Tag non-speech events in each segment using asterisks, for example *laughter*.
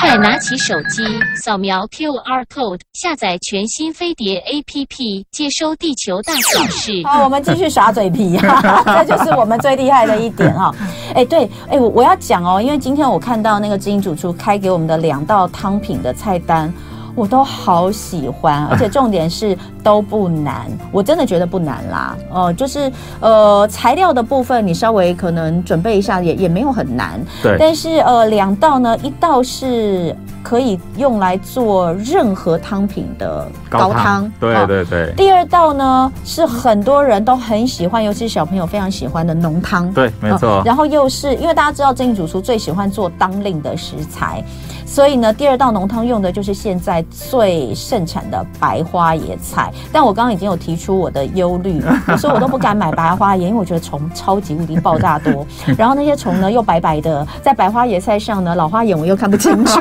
快拿起手机，扫描 QR code，下载全新飞碟 APP，接收地球大小事。 *laughs* 好，我们继续耍嘴皮，啊 *laughs* 这就是我们最厉害的一点哈、哎，对，哎，我我要讲哦，因为今天我看到那个知音主厨开给我们的两道汤品的菜单。我都好喜欢，而且重点是都不难，我真的觉得不难啦。呃，就是呃材料的部分，你稍微可能准备一下也也没有很难。对，但是呃，两道呢，一道是可以用来做任何汤品的高汤，对哦对对第二道呢是很多人都很喜欢，尤其是小朋友非常喜欢的浓汤。对，没嗯，错然后又是因为大家知道正义主厨最喜欢做当令的食材，所以呢，第二道浓汤用的就是现在最盛产的白花椰菜。但我刚刚已经有提出我的忧 *laughs* 虑，我说我都不敢买白花椰，因为我觉得虫超级无敌爆炸 *laughs* 多，然后那些虫呢又白白的，在白花椰菜上呢，老花眼我又看不清 *laughs* 楚。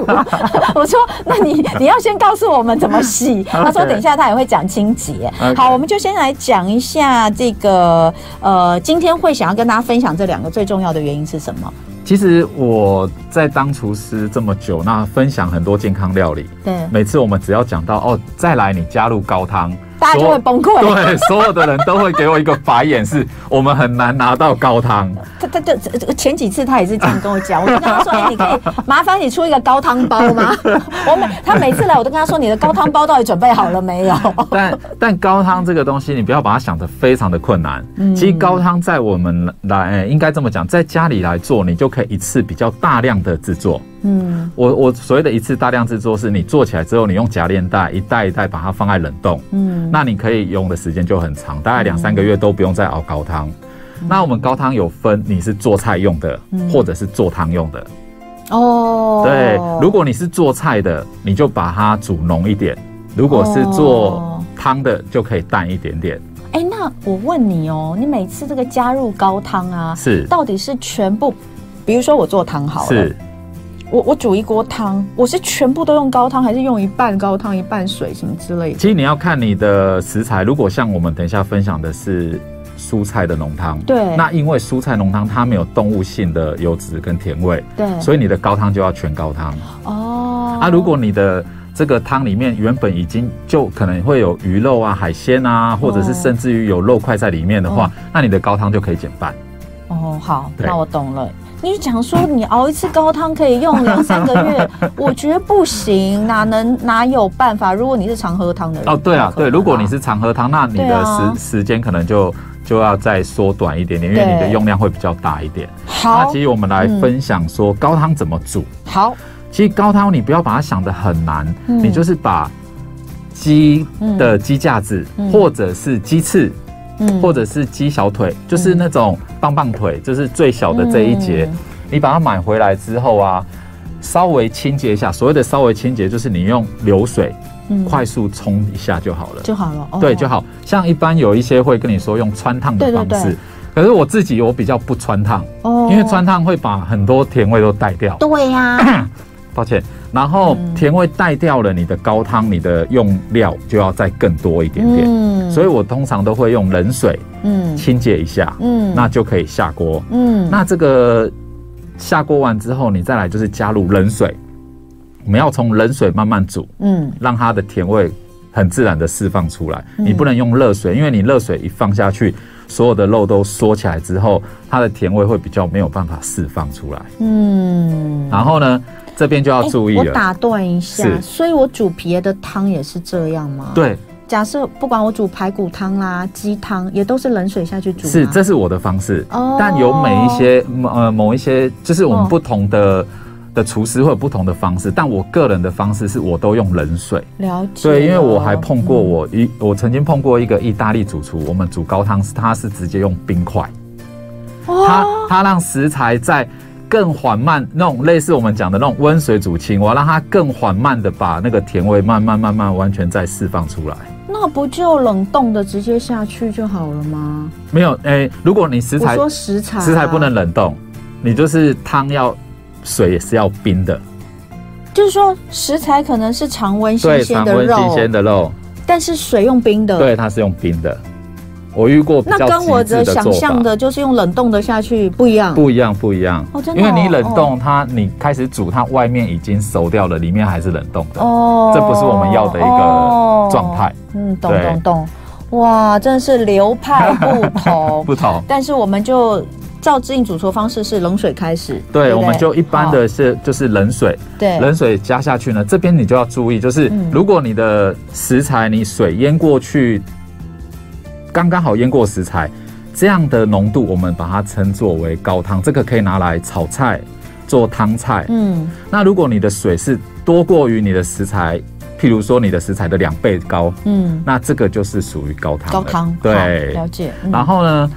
我说那你你要先告诉我们怎么 *laughs* 洗。他说 OK 等一下他也会讲清洁。 OK 好，我们就先来讲一下这个呃，今天会想要跟大家分享这两个最重要的原因是什么？其实我在当厨师这么久，那分享很多健康料理，对，每次我们只要讲到哦，再来你加入高汤，大家就所会崩溃。对，所有的人都会给我一个白眼，是我们很难拿到高汤。他他他前几次他也是这样跟我讲，我就跟他说：“哎、你可以麻烦你出一个高汤包吗？” *laughs* *laughs* 我每他每次来我都跟他说：“你的高汤包到底准备好了没有 *laughs* 但但高汤这个东西，你不要把它想得非常的困难。嗯其实高汤在我们来，哎应该这么讲，在家里来做，你就可以一次比较大量的制作。？” *laughs* 嗯我我所谓的一次大量制作，是你做起来之后，你用夹链袋一袋一袋把它放在冷冻，嗯，那你可以用的时间就很长，大概两三个月都不用再熬高汤。那我们高汤有分，你是做菜用的，嗯或者是做汤用的。哦对，如果你是做菜的，你就把它煮浓一点；如果是做哦汤的，就可以淡一点点。哎、那我问你哦，你每次这个加入高汤啊，是到底是全部？比如说我做汤好了，是，我我煮一锅汤，我是全部都用高汤，还是用一半高汤一半水什么之类的？其实你要看你的食材。如果像我们等一下分享的是蔬菜的浓汤，对那因为蔬菜浓汤它没有动物性的油脂跟甜味，对，所以你的高汤就要全高汤。哦，啊，如果你的这个汤里面原本已经就可能会有鱼肉啊、海鲜啊，或者是甚至于有肉块在里面的话，那你的高汤就可以减半。哦好，对那我懂了。你就讲说你熬一次高汤可以用两三个月，我觉得不行，哪能哪有办法？如果你是常喝汤的人哦，对啊不，可能对，如果你是常喝汤，那你对的时、啊时间可能就就要再缩短一点点，因为你的对用量会比较大一点。那好其实我们来嗯分享说高汤怎么煮。好其实高汤你不要把它想得很难，嗯你就是把鸡的鸡架子，嗯或者是鸡翅，嗯或者是鸡小腿，就是那种棒棒腿，就是最小的这一节，嗯你把它买回来之后啊，稍微清洁一下。所谓的稍微清洁，就是你用流水嗯快速冲一下就好了。就好了，哦对，就好像一般有一些会跟你说用穿烫的对对方式，对可是我自己我比较不穿烫，哦因为穿烫会把很多甜味都带掉。对呀、抱歉，然后嗯甜味带掉了，你的高汤你的用料就要再更多一点点。嗯所以我通常都会用冷水嗯清洁一下，嗯那就可以下锅。嗯那这个下锅完之后，你再来就是加入冷水，我们要从冷水慢慢煮，嗯让它的甜味很自然的释放出来。嗯你不能用热水，因为你热水一放下去，所有的肉都缩起来之后，它的甜味会比较没有办法释放出来。嗯，然后呢，这边就要注意诶哎我了。打断一下，是所以我煮别的汤也是这样吗？，对，假设不管我煮排骨汤啦、鸡汤，也都是冷水下去煮吗。是，这是我的方式。哦但有每一些呃某一些，就是我们不同的、的厨师会有不同的方式。但我个人的方式是我都用冷水。了解了。对，因为我还碰过我一、我曾经碰过一个意大利主厨，我们煮高汤，他是直接用冰块，他哇，他让食材在更缓慢那种类似我们讲的那种温水煮青，我要让它更缓慢的把那个甜味慢慢慢慢完全再释放出来。那不就冷冻的直接下去就好了吗？没有，诶、如果你食我材说食材啊，食材不能冷冻，你就是汤要水也是要冰的，就是说食材可能是常温新对，鲜常的温肉，新鲜的肉，但是水用冰的，对，它是用冰的，我遇过比那较跟我极致的的想做法象。的就是用冷冻的下去不一样。不一样，不一样，哦真的因为你哦冷冻它，你开始煮它，外面已经熟掉了，里面还是冷冻的。哦这不是我们要的一个状态。哦嗯，懂对懂懂。哇，真的是流派不 *laughs* 同，不同。但是我们就照制定主厨方式是冷水开始。对，不我们就一般好的是就是冷水，对冷水加下去呢，这边你就要注意，就是哎嗯如果你的食材你水淹过去，刚刚好淹过食材，这样的浓度我们把它称作为高汤，这个可以拿来炒菜、做汤菜。嗯那如果你的水是多过于你的食材，譬如说你的食材的两倍高，嗯，那这个就是属于高汤了。高汤对，好了解。嗯然后呢，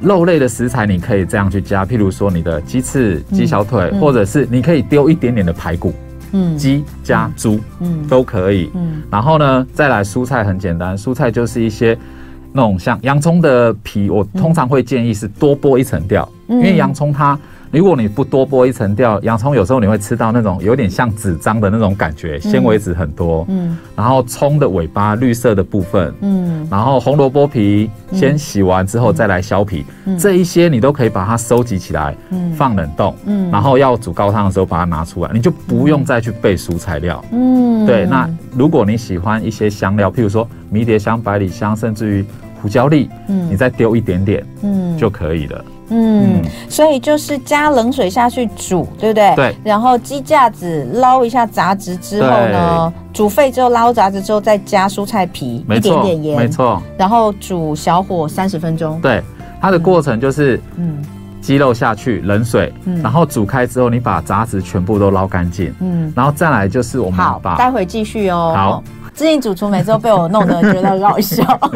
肉类的食材你可以这样去加，譬如说你的鸡翅、鸡小腿，嗯或者是你可以丢一点点的排骨，嗯鸡加猪嗯都可以。嗯然后呢，再来蔬菜很简单，蔬菜就是一些那种像洋葱的皮，我通常会建议是多剥一层掉，嗯因为洋葱它。如果你不多剥一层掉，洋葱有时候你会吃到那种有点像纸张的那种感觉，纤维质很多。嗯然后葱的尾巴绿色的部分，嗯然后红萝卜皮先洗完之后再来削皮，嗯这一些你都可以把它收集起来，嗯放冷冻，嗯然后要煮高汤的时候把它拿出来，你就不用再去备蔬材料。嗯对，那如果你喜欢一些香料，譬如说迷迭香、百里香，甚至于胡椒粒，嗯你再丢一点点嗯就可以了。嗯嗯，所以就是加冷水下去煮，对不对？对。然后鸡架子捞一下杂质之后呢，煮沸之后捞杂质之后再加蔬菜皮，一没点错，点盐，没。错，然后煮小火三十分钟。对，它的过程就是嗯鸡肉下去，冷水，嗯然后煮开之后，你把杂质全部都捞干净，嗯，然后再来就是我们好，把待会继续哦。好。最近主厨每次都被我弄得觉得很好笑， *laughs*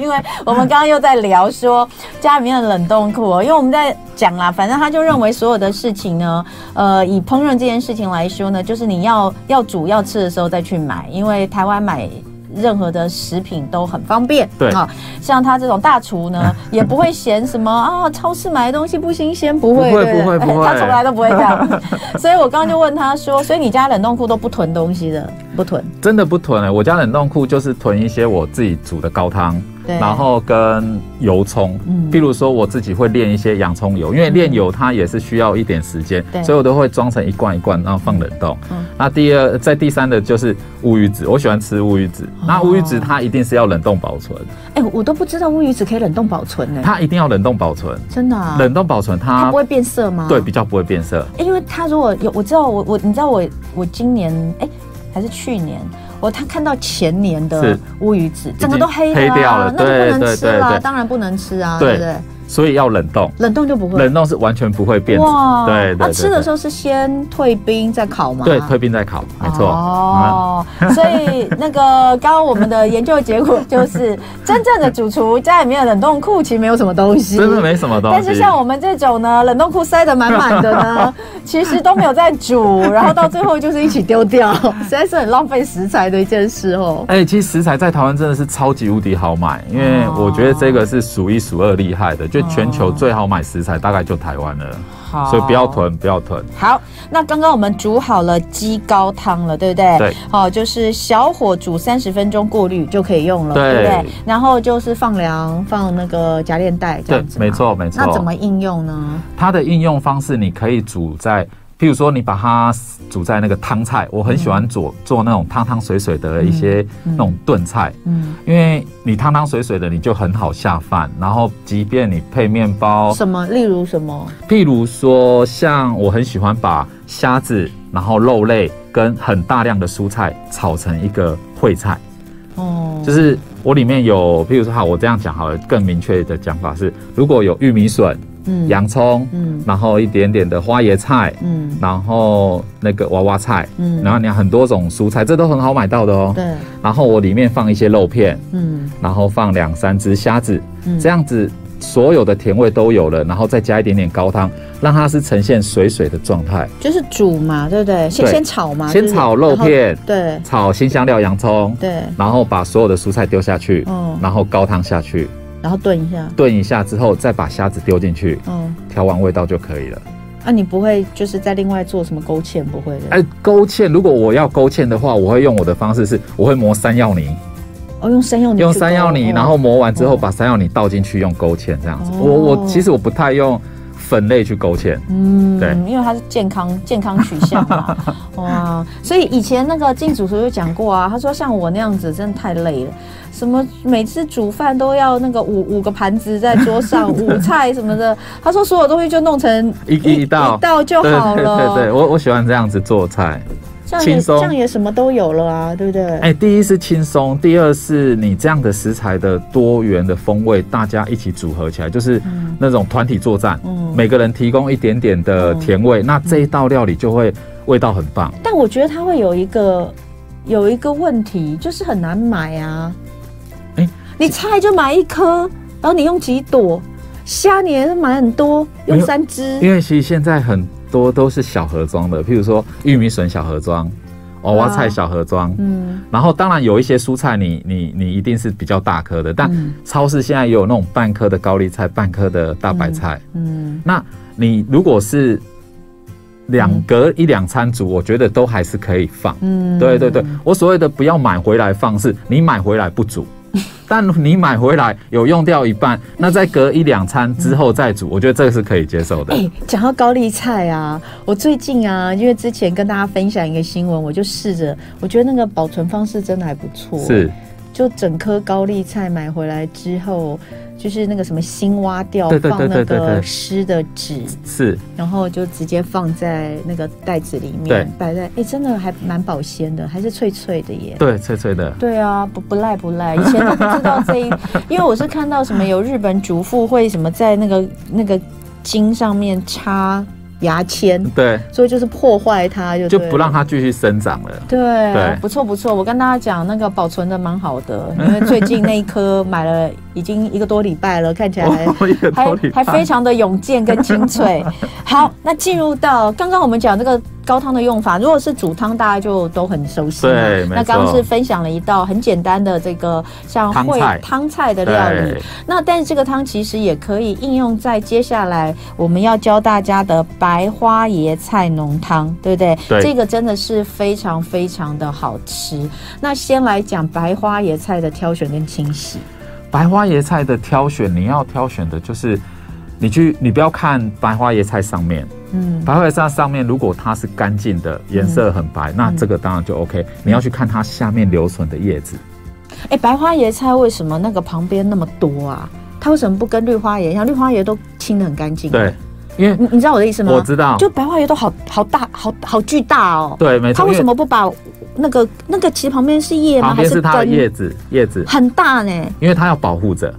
因为我们刚刚又在聊说家里面的冷冻库哦，因为我们在讲啦，反正他就认为所有的事情呢，呃，以烹饪这件事情来说呢，就是你要要煮要吃的时候再去买，因为台湾买。任何的食品都很方便，对啊，像他这种大厨 *laughs* 呢，也不会嫌什么啊，超市买的东西不新鲜，不会，不会对对不会不会他从来都不会这样。 *laughs* 所以我刚刚就问他说，所以你家冷冻库都不囤东西的，不囤，真的不囤了、我家冷冻库就是囤一些我自己煮的高汤，对，然后跟油葱。嗯譬如说我自己会炼一些洋葱油，因为炼油它也是需要一点时间对，所以我都会装成一罐一罐，然后放冷冻。嗯那第二，在第三的就是乌鱼子，我喜欢吃乌鱼子。哦那乌鱼子它一定是要冷冻保存，哎、我都不知道乌鱼子可以冷冻保存呢、它一定要冷冻保存。真的啊，冷冻保存它它不会变色吗？对比较不会变色。欸因为它如果有，我知道我我你知道我我今年哎、还是去年。我他看到前年的是乌鱼子，整个已经都黑了、啊，黑掉了那就不能对吃啦，对对对当然不能吃啊，对对不对？所以要冷冻，冷冻就不会。冷冻是完全不会变质。对对那、对，吃的时候候是先退冰再烤吗？对退冰再烤，没错。嗯 *laughs* 哦，所以那个刚刚我们的研究结果就是，真正的主厨家里面的冷冻库其实没有什么东西， *laughs* 真的没什么东西。但是像我们这种呢，冷冻库塞得满满的 *laughs* 呢，其实都没有在煮，然后到最后就是一起丢掉， *laughs* 实在是很浪费食材的一件事哦。哎、其实食材在台湾真的是超级无敌好买，因为哦我觉得这个是数一数二厉害的，就全球最好买食材大概就台湾了，好所以不要。囤，不要囤。好，那刚刚我们煮好了鸡高汤了，对不对？对。好、就是小火煮三十分钟，过滤就可以用了，对不对？然后就是放凉，放那个夹链袋这对样，子。啊没。错没那怎错么。应用呢？它的应用方式，你可以煮在，譬如说你把它煮在那个汤菜，我很嗯喜欢做、做那种汤汤水水的一些那种炖菜，嗯，因为你汤汤水水的，你就很好下饭。然后即便你配面包，什么？例如什么？譬如说，像我很喜欢把虾子，然后肉类跟很大量的蔬菜炒成一个烩菜，哦，就是我里面有，譬如说，好，我这样讲好了，更明确的讲法是，如果有玉米笋、嗯洋葱，嗯然后一点点的花椰菜，嗯然后那个娃娃菜，嗯然后你有很多种蔬菜，这都很好买到的哦。对，然后我里面放一些肉片，嗯然后放两三只虾子，嗯这样子所有的甜味都有了，然后再加一点点高汤，让它是呈现水水的状态。就是煮嘛，对不对？先对先炒嘛，先就是炒肉片，然后炒新香料洋葱对，对，然后把所有的蔬菜丢下去，嗯然后高汤下去，然后炖一下，炖一下之后再把虾子丢进去，嗯，调完味道就可以了。那、你不会就是再另外做什么勾芡？不哎会的，哎，勾芡，如果我要勾芡的话，我会用我的方式是，我会磨山药泥，哦，用山药泥去用勾，山药泥，哦然后磨完之后哦把山药泥倒进去，用勾芡这样子。哦我我其实我不太用粉类去勾芡，嗯，对因为它是健康健康取向 *laughs* 嘛，哇，所以以前那个金主厨就讲过啊，他说像我那样子真的太累了，什么每次煮饭都要那个五五个盘子在桌 *laughs* 上，五菜什么的，他说所有东西就弄成一一道一道就对好对了，对对，我我喜欢这样子做菜。这样也轻松这样也什么都有了啊，对不对？哎、第一是轻松，第二是你这样的食材的多元的风味，大家一起组合起来，就是嗯那种团体作战，嗯每个人提供一点点的嗯甜味，那这一道料理就会味道很棒。但我觉得它会有一个有一个问题，就是很难买啊。哎你菜就买一颗，然后你用几朵，虾你也是买很多，没有用三只。因为其实现在很多都是小盒装的，譬如说玉米笋小盒装，娃啊娃菜小盒装。嗯，然后当然有一些蔬菜你，你你一定是比较大颗的，但嗯超市现在也有那种半颗的高丽菜、半颗的大白菜。嗯，那你如果是两嗯隔一两餐煮，我觉得都还是可以放。嗯，对对对，我所谓的不要买回来放，是你买回来 *laughs* 不煮，但你买回来有用掉一半，那再隔一两餐之后再煮，我觉得这个是可以接受的嗯哎、。讲到高丽菜啊，我最近啊，因为之前跟大家分享一个新闻，我就试着，我觉得那个保存方式真的还不错。是，就整颗高丽菜买回来之后，就是那个什么心挖掉，对对对对放对那对个湿的纸，是，然后就直接放在那个袋子里对面，摆在哎、真的还蛮保鲜的，还是脆脆的耶。对，脆脆的。对啊，不不赖不赖，以前都不知道 *laughs* 这一，因为我是看到什么有日本主妇会什么在那个那个茎上面插牙签，对，所以就是破坏它就就对了不让它继续生长了。对，对不错不错，我跟大家讲，那个保存的蛮好的，因为最近那一颗买了已经一个多礼拜了，看起来还。 *laughs* 我也还道理还非常的勇健跟清 *laughs* 脆。好，那进入到刚刚我们讲这个高汤的用法，如果是煮汤，大家就都很熟悉嘛对没那刚刚错是分享了一道很简单的这个像汤烩菜汤菜的料理对，，那但是这个汤其实也可以应用在接下来我们要教大家的白花椰菜浓汤，对不对？对这个真的是非常非常的好吃。那先来讲白花椰菜的挑选跟清洗。白花椰菜的挑选，你要挑选的就是，你去，你不要看白花椰菜上面，嗯白花椰菜上面如果它是干净的，颜色很白，嗯那这个当然就 OK。你要去看它下面留存的叶子，哎，白花椰菜为什么那个旁边那么多啊？它为什么不跟绿花椰一样？绿花椰都清得很干净。啊对，，因为你你知道我的意思吗？我知道嗯就白花椰都好好大，好好巨大哦。对，没它错，为因什么不把那个那个其实旁边是叶吗？旁边还是它的根叶子，叶子，很大呢。因为它要保护着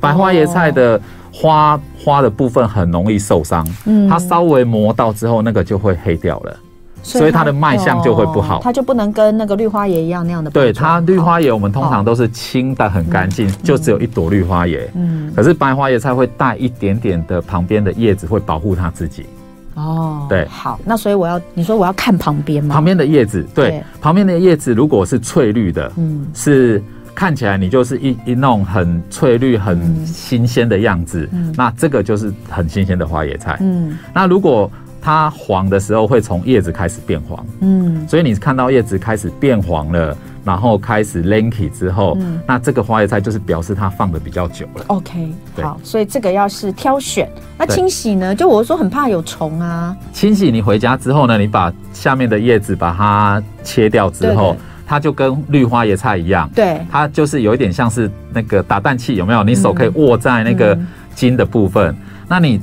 白花椰菜的花、花的部分很容易受伤，嗯它稍微磨到之后，那个就会黑掉了。所以它的卖相就会不好哦它就不能跟那个绿花椰一样那样的。对它绿，花椰，我们通哦常都是清的很干净，就只有一朵绿花椰。嗯，可是白花椰菜会带一点点的旁边的叶子，会保护它自己。哦，对好，那所以我要，你说我要看旁边吗？旁边的叶子，嗯对对，旁边的叶子如果是翠绿的，嗯是看起来你就是一一那种很翠绿、嗯很新鲜的样子，嗯那这个就是很新鲜的花椰菜。嗯那如果它黄的时候，会从叶子开始变黄，嗯所以你看到叶子开始变黄了，然后开始 lanky 之后，嗯那这个花椰菜就是表示它放的比较久了。 ，OK，对好，所以这个要是挑选，那对清洗呢？就我说很怕有虫啊，清洗你回家之后呢，你把下面的叶子把它切掉之对后对，它就跟绿花椰菜一样，对，它就是有一点像是那个打蛋器，有没有？你手可以握在那个嗯筋的部分，那你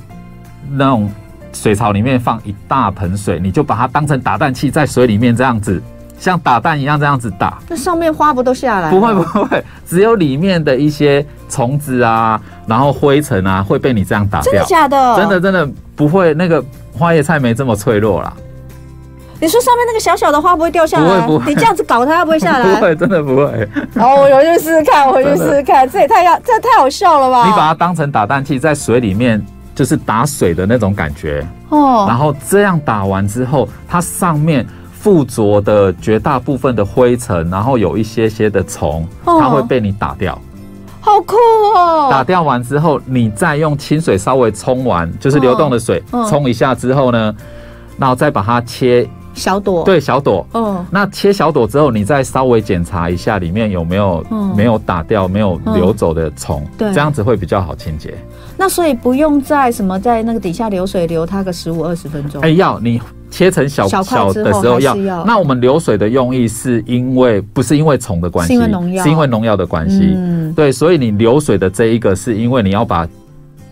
那种水槽里面放一大盆水，你就把它当成打蛋器，在水里面这样子，像打蛋一样这样子打，那上面花不都下来？不会，不会，只有里面的一些虫子啊，然后灰尘啊会被你这样打真的掉，假的？真的。真的不会，那个花椰菜没这么脆弱啦。你说上面那个小小的花不会掉下来？不会不会你这样子搞它，它不会下 *laughs* 不来？会，真的不会。好，我回去试试看，我回去试试看，这也太要，这太好笑了吧？你把它当成打蛋器，在水里面就是打水的那种感觉，哦然，后这样打完之后，它上面。附着的绝大部分的灰尘，然后有一些些的虫，哦它会被你打掉。好酷哦！打掉完之后，你再用清水稍微冲完，就是流动的水嗯嗯冲一下之后呢，然后再把它切小朵，，对，小朵。哦，那切小朵之后，你再稍微检查一下里面有没有、嗯没有打掉、没有流走的虫，对这样子会比较好清洁。那所以不用在什么在那个底下流水流它个十五二十分钟。哎、要你切成小哦小块之后的时候还是要。要那我们流水的用意是因为不是因为虫的关系，是因为农药是因为农药的关系。嗯，对，所以你流水的这一个是因为你要把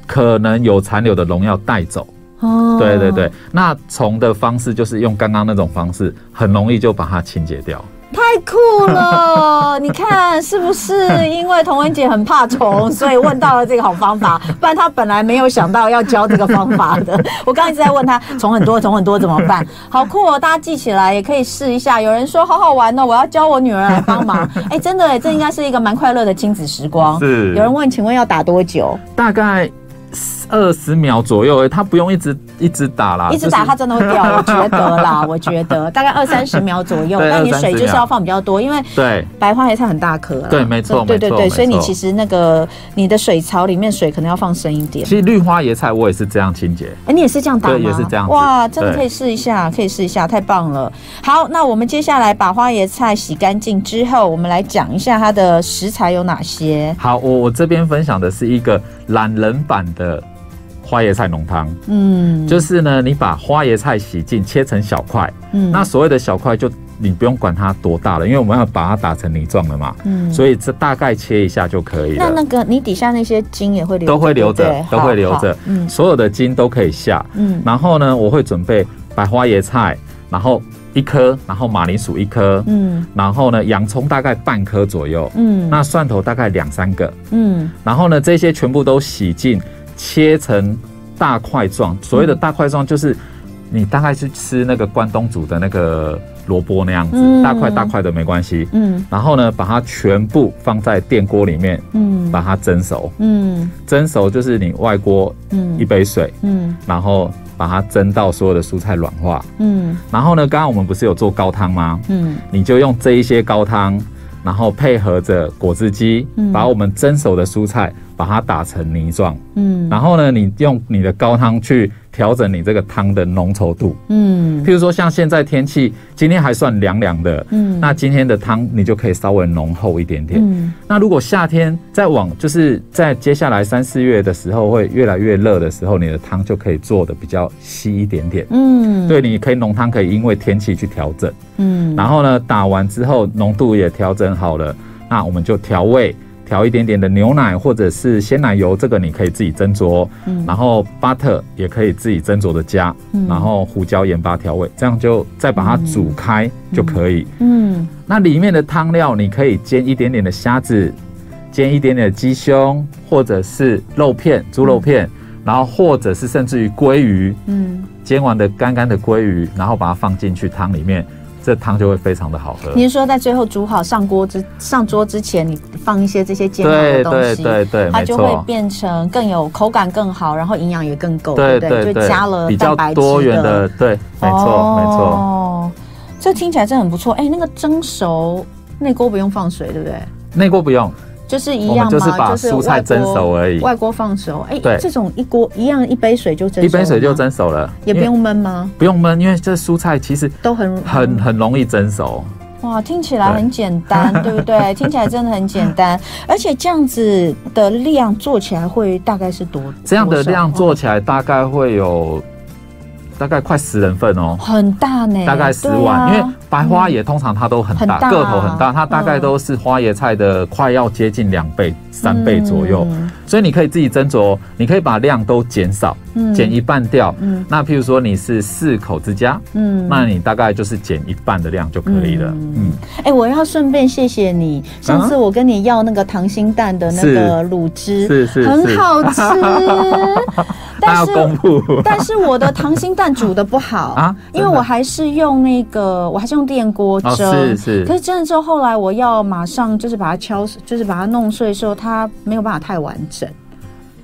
可能有残留的农药带走。哦对对对，，那虫的方式就是用刚刚那种方式，很容易就把它清洁掉。太酷 *laughs* 了！你看是不是？因为童文姐很怕虫，所以问到了这个好方法，不然她本来没有想到要教这个方法的。 *laughs* 我刚一直在问她，虫很多，虫很多怎么办？好酷哦！大家记起来也可以试一下。有人说好好玩哦，我要教我女儿来帮忙。哎，真的哎，这应该是一个蛮快乐的亲子时光。是有人问，请问要打多久？大概二十秒左右而已，它不用一直一直打啦，一直打啊就是它真的会掉，我觉得啦， *laughs* 我觉得大概二三十秒左右。对但你20-30水就是要放比较多，因为对白花椰菜很大颗啦，对没错对对没错对，没所以你错其实那个你的水槽里面水可能要放深一点。其实绿花椰菜我也是这样清洁。哎、你也是这样打吗？对也是这样子哇，真的对可以试一下，可以试一下，太棒了。好，那我们接下来把花椰菜洗干净之后，我们来讲一下它的食材有哪些。好，我我这边分享的是一个懒人版的花椰菜浓汤，嗯，就是呢，你把花椰菜洗净，切成小块。嗯那所谓的小块就你不用管它多大了，因为我们要把它打成泥状了嘛，嗯所以这大概切一下就可以那了。那个你底下那些筋也会留着，都会留着对不对都会留着好好嗯所有的筋都可以下。嗯然后呢，我会准备白花椰菜，然后一颗，然后马铃薯一颗，嗯然后呢，洋葱大概半颗左右，嗯那蒜头大概两三个，嗯然后呢，这些全部都洗净，切成大块状。所谓的大块状就是。你大概去吃那个关东煮的那个萝卜那样子，嗯大块大块的没关系。嗯然后呢，把它全部放在电锅里面，嗯把它蒸熟。嗯蒸熟就是你外锅嗯一杯水，嗯然后把它蒸到所有的蔬菜软化。嗯然后呢，刚刚我们不是有做高汤吗？嗯你就用这一些高汤，然后配合着果汁机，嗯把我们蒸熟的蔬菜把它打成泥状。嗯然后呢，你用你的高汤去调整你这个汤的浓稠度。嗯譬如说，像现在天气，今天还算凉凉的。嗯那今天的汤你就可以稍微浓厚一点点。嗯那如果夏天再往，就是在接下来三四月的时候会越来越热的时候，你的汤就可以做的比较稀一点点。嗯对，你可以浓汤可以因为天气去调整，嗯然后呢，打完之后浓度也调整好了，那我们就调味，调一点点的牛奶或者是鲜奶油，这个你可以自己斟酌，嗯然后 butter 也可以自己斟酌的加，嗯然后胡椒盐巴调味，这样就再把它煮开就可以。嗯那里面的汤料，你可以煎一点点的虾子，煎一点点的鸡胸，或者是肉片、猪肉片，然后或者是甚至于鲑鱼，嗯，煎完的干干的鲑鱼，然后把它放进去汤里面，这汤就会非常的好喝。您说在最后煮好上锅之上桌之前，你放一些这些煎熬的对东对西，对对，它没就会错。变成更有口感更好，然后营养也更够，对不对？对就对，加了比蛋较白质多元的，对，没错没错。哦，这听起来真的很不错。哎，那个蒸熟内锅不用放水，对不对？内锅不用，就是一我样嘛，们就是把蔬菜外锅蒸熟而已外锅放熟，哎、对这种一锅一样一杯水就蒸熟，一杯水就，蒸熟了，也不因为用焖吗？不用焖，因为这蔬菜其实都很很很容易蒸熟。哇，听起来对很简 *laughs* 单，对不对？听起来真的很简单，而且这样子的量做起来会大概是多这样的量多少做起来大概会有大概快十人份哦，很大呢，大概十对碗，啊因为白花椰通常它都很很大，大啊个头很大，它大概嗯都是花椰菜的快要接近两倍、三倍左右，嗯所以你可以自己斟酌，哦你可以把量都减少，嗯减一半掉。嗯那譬如说你是四口之家，嗯那你大概就是减一半的量就可以了。嗯嗯，哎、我要顺便谢谢你，上啊次我跟你要那个溏心蛋的那个卤汁，是是很是，好 *laughs* 吃，那但要公是。 *laughs* 布但是我的溏心蛋煮的不好啊因为真的我还是用那个，我还是用电锅哦，蒸、是是可，是真的之后，后来我要马上就是把它敲，就是把它弄碎的时候，它没有办法太完整，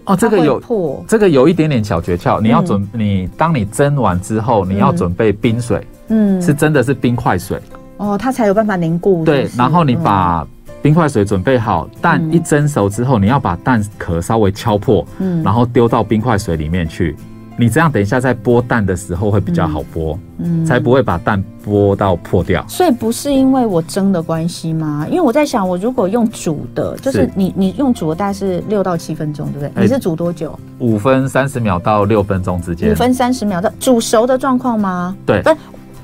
哦，这个它会有。破，这个有一点点小诀窍，你要嗯准、你当你蒸完之后，你要嗯准备冰水，嗯，是真的是冰块水，哦，它才有办法凝固。对是不，是然后你把冰块水准备好，蛋嗯一蒸熟之后，你要把蛋壳稍微敲破，嗯然后丢到冰块水里面去。你这样等一下在剥蛋的时候会比较好剥，嗯才不会把蛋剥到破掉。所以不是因为我蒸的关系吗？因为我在想，我如果用煮的，就是是你你用煮的大概是六到七分钟，对不对？哎你是煮多久？五分三十秒到六分钟之五间，分三十秒的煮熟的状况吗？对不是，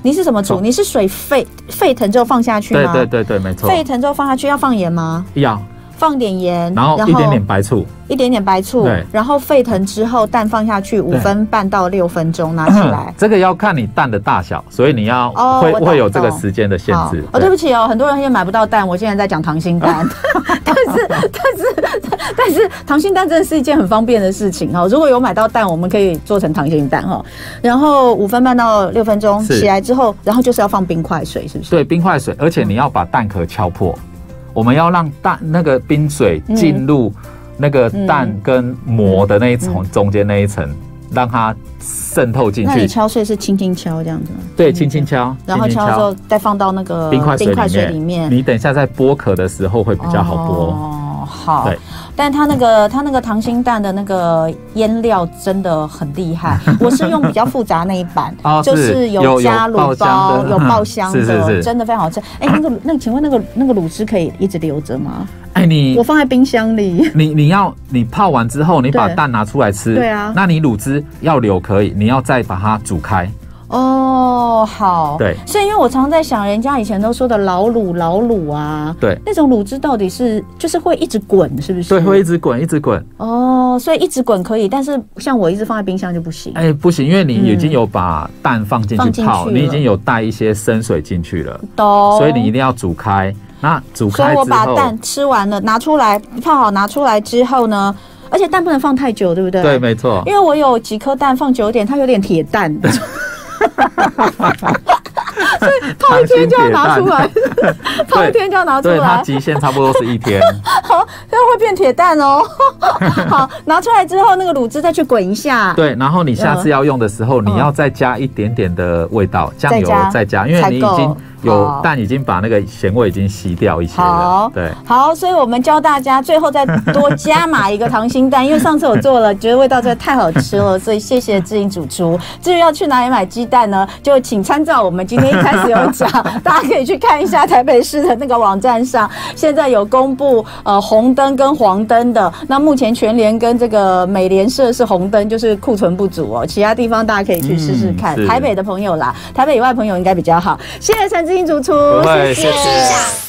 你是怎么煮？熟你是水沸沸腾之后放下去对吗？对对对，没错，沸腾之后放下去要放盐吗？要，放点盐，然后一点点白醋，一点点白醋对，然后沸腾之后蛋放下去五对分半到六分钟拿起来 *clears throat* 。这个要看你蛋的大小，所以你要哦会我懂会有这个懂时间的限好制。啊哦，对不起哦，很多人也买不到蛋，我现在在讲溏心蛋， *laughs* 但是但是但是溏心蛋真的是一件很方便的事情哦。如果有买到蛋，我们可以做成溏心蛋哦。然后五分半到六分钟是起来之后，然后就是要放冰块水，是不是？对，冰块水，而且你要把蛋壳敲破，我们要让蛋那个冰水进入嗯那个蛋跟膜的那一层、中间那一层，让它渗透进那你去。敲碎是轻轻敲这样子吗？对，轻轻敲，然后轻轻敲了之后再放到那个冰块水里面，你等一下在剥壳的时候会比较好剥。哦，好对。但它那个它那个溏心蛋的那个腌料真的很厉 *laughs* 害，我是用比较复杂那一版哦，就是是有有加卤包，有有爆爆香香的，的 *laughs* 是是是真的非常好吃。哎、那个那个，请问那个那个卤汁可以一直留着吗？哎，你我放在冰箱里。 *laughs* 你你要你泡完之后，你把对蛋拿出来吃。对啊那你卤汁要留可以，你要再把它煮开。哦，好。对所以因为我常在想，人家以前都说的老卤老卤啊。对那种卤汁到底是就是会一直滚，是不是？对，会一直滚，一直滚。哦，所以一直滚可以，但是像我一直放在冰箱就不行。哎、不行，因为你已经有把蛋放进嗯放去进泡，去你已了经有带一些生水进去了，懂。所以你一定要煮开。那煮所开以我之把后，蛋吃完了，拿出来泡好，拿出来之后呢，而且蛋不能放太久，对不对？对，。没错因，为我有几颗蛋放久一点，它有点铁 *laughs* 蛋，泡一天就要拿出来， *laughs* 泡一天就要拿出对它来，极限差不多是一 *laughs* 天，它会变铁蛋哦。 *laughs* 好，拿出来之后，那个卤汁再去滚一下。对。然后你下嗯次要用的时候，你要再加一点点的味道，酱油再加再加，因为你才已经够好有蛋已经把那个咸味已经吸掉一些好了，对。好，所以我们教大家最后再多加码一个溏心蛋，因为上次我做了，觉得味道真的太好吃了，所以谢谢志颖主厨。至于要去哪里买鸡蛋呢？就请参照我们今天一开始有讲， *laughs* 大家可以去看一下台北市的那个网站上，现在有公布呃红灯跟黄灯的。那目前全联跟这个美联社是红灯，就是库存不足哦，其他地方大家可以去试试看。嗯是台北的朋友啦，台北以外的朋友应该比较好。谢谢陈志颖主厨不，会谢谢谢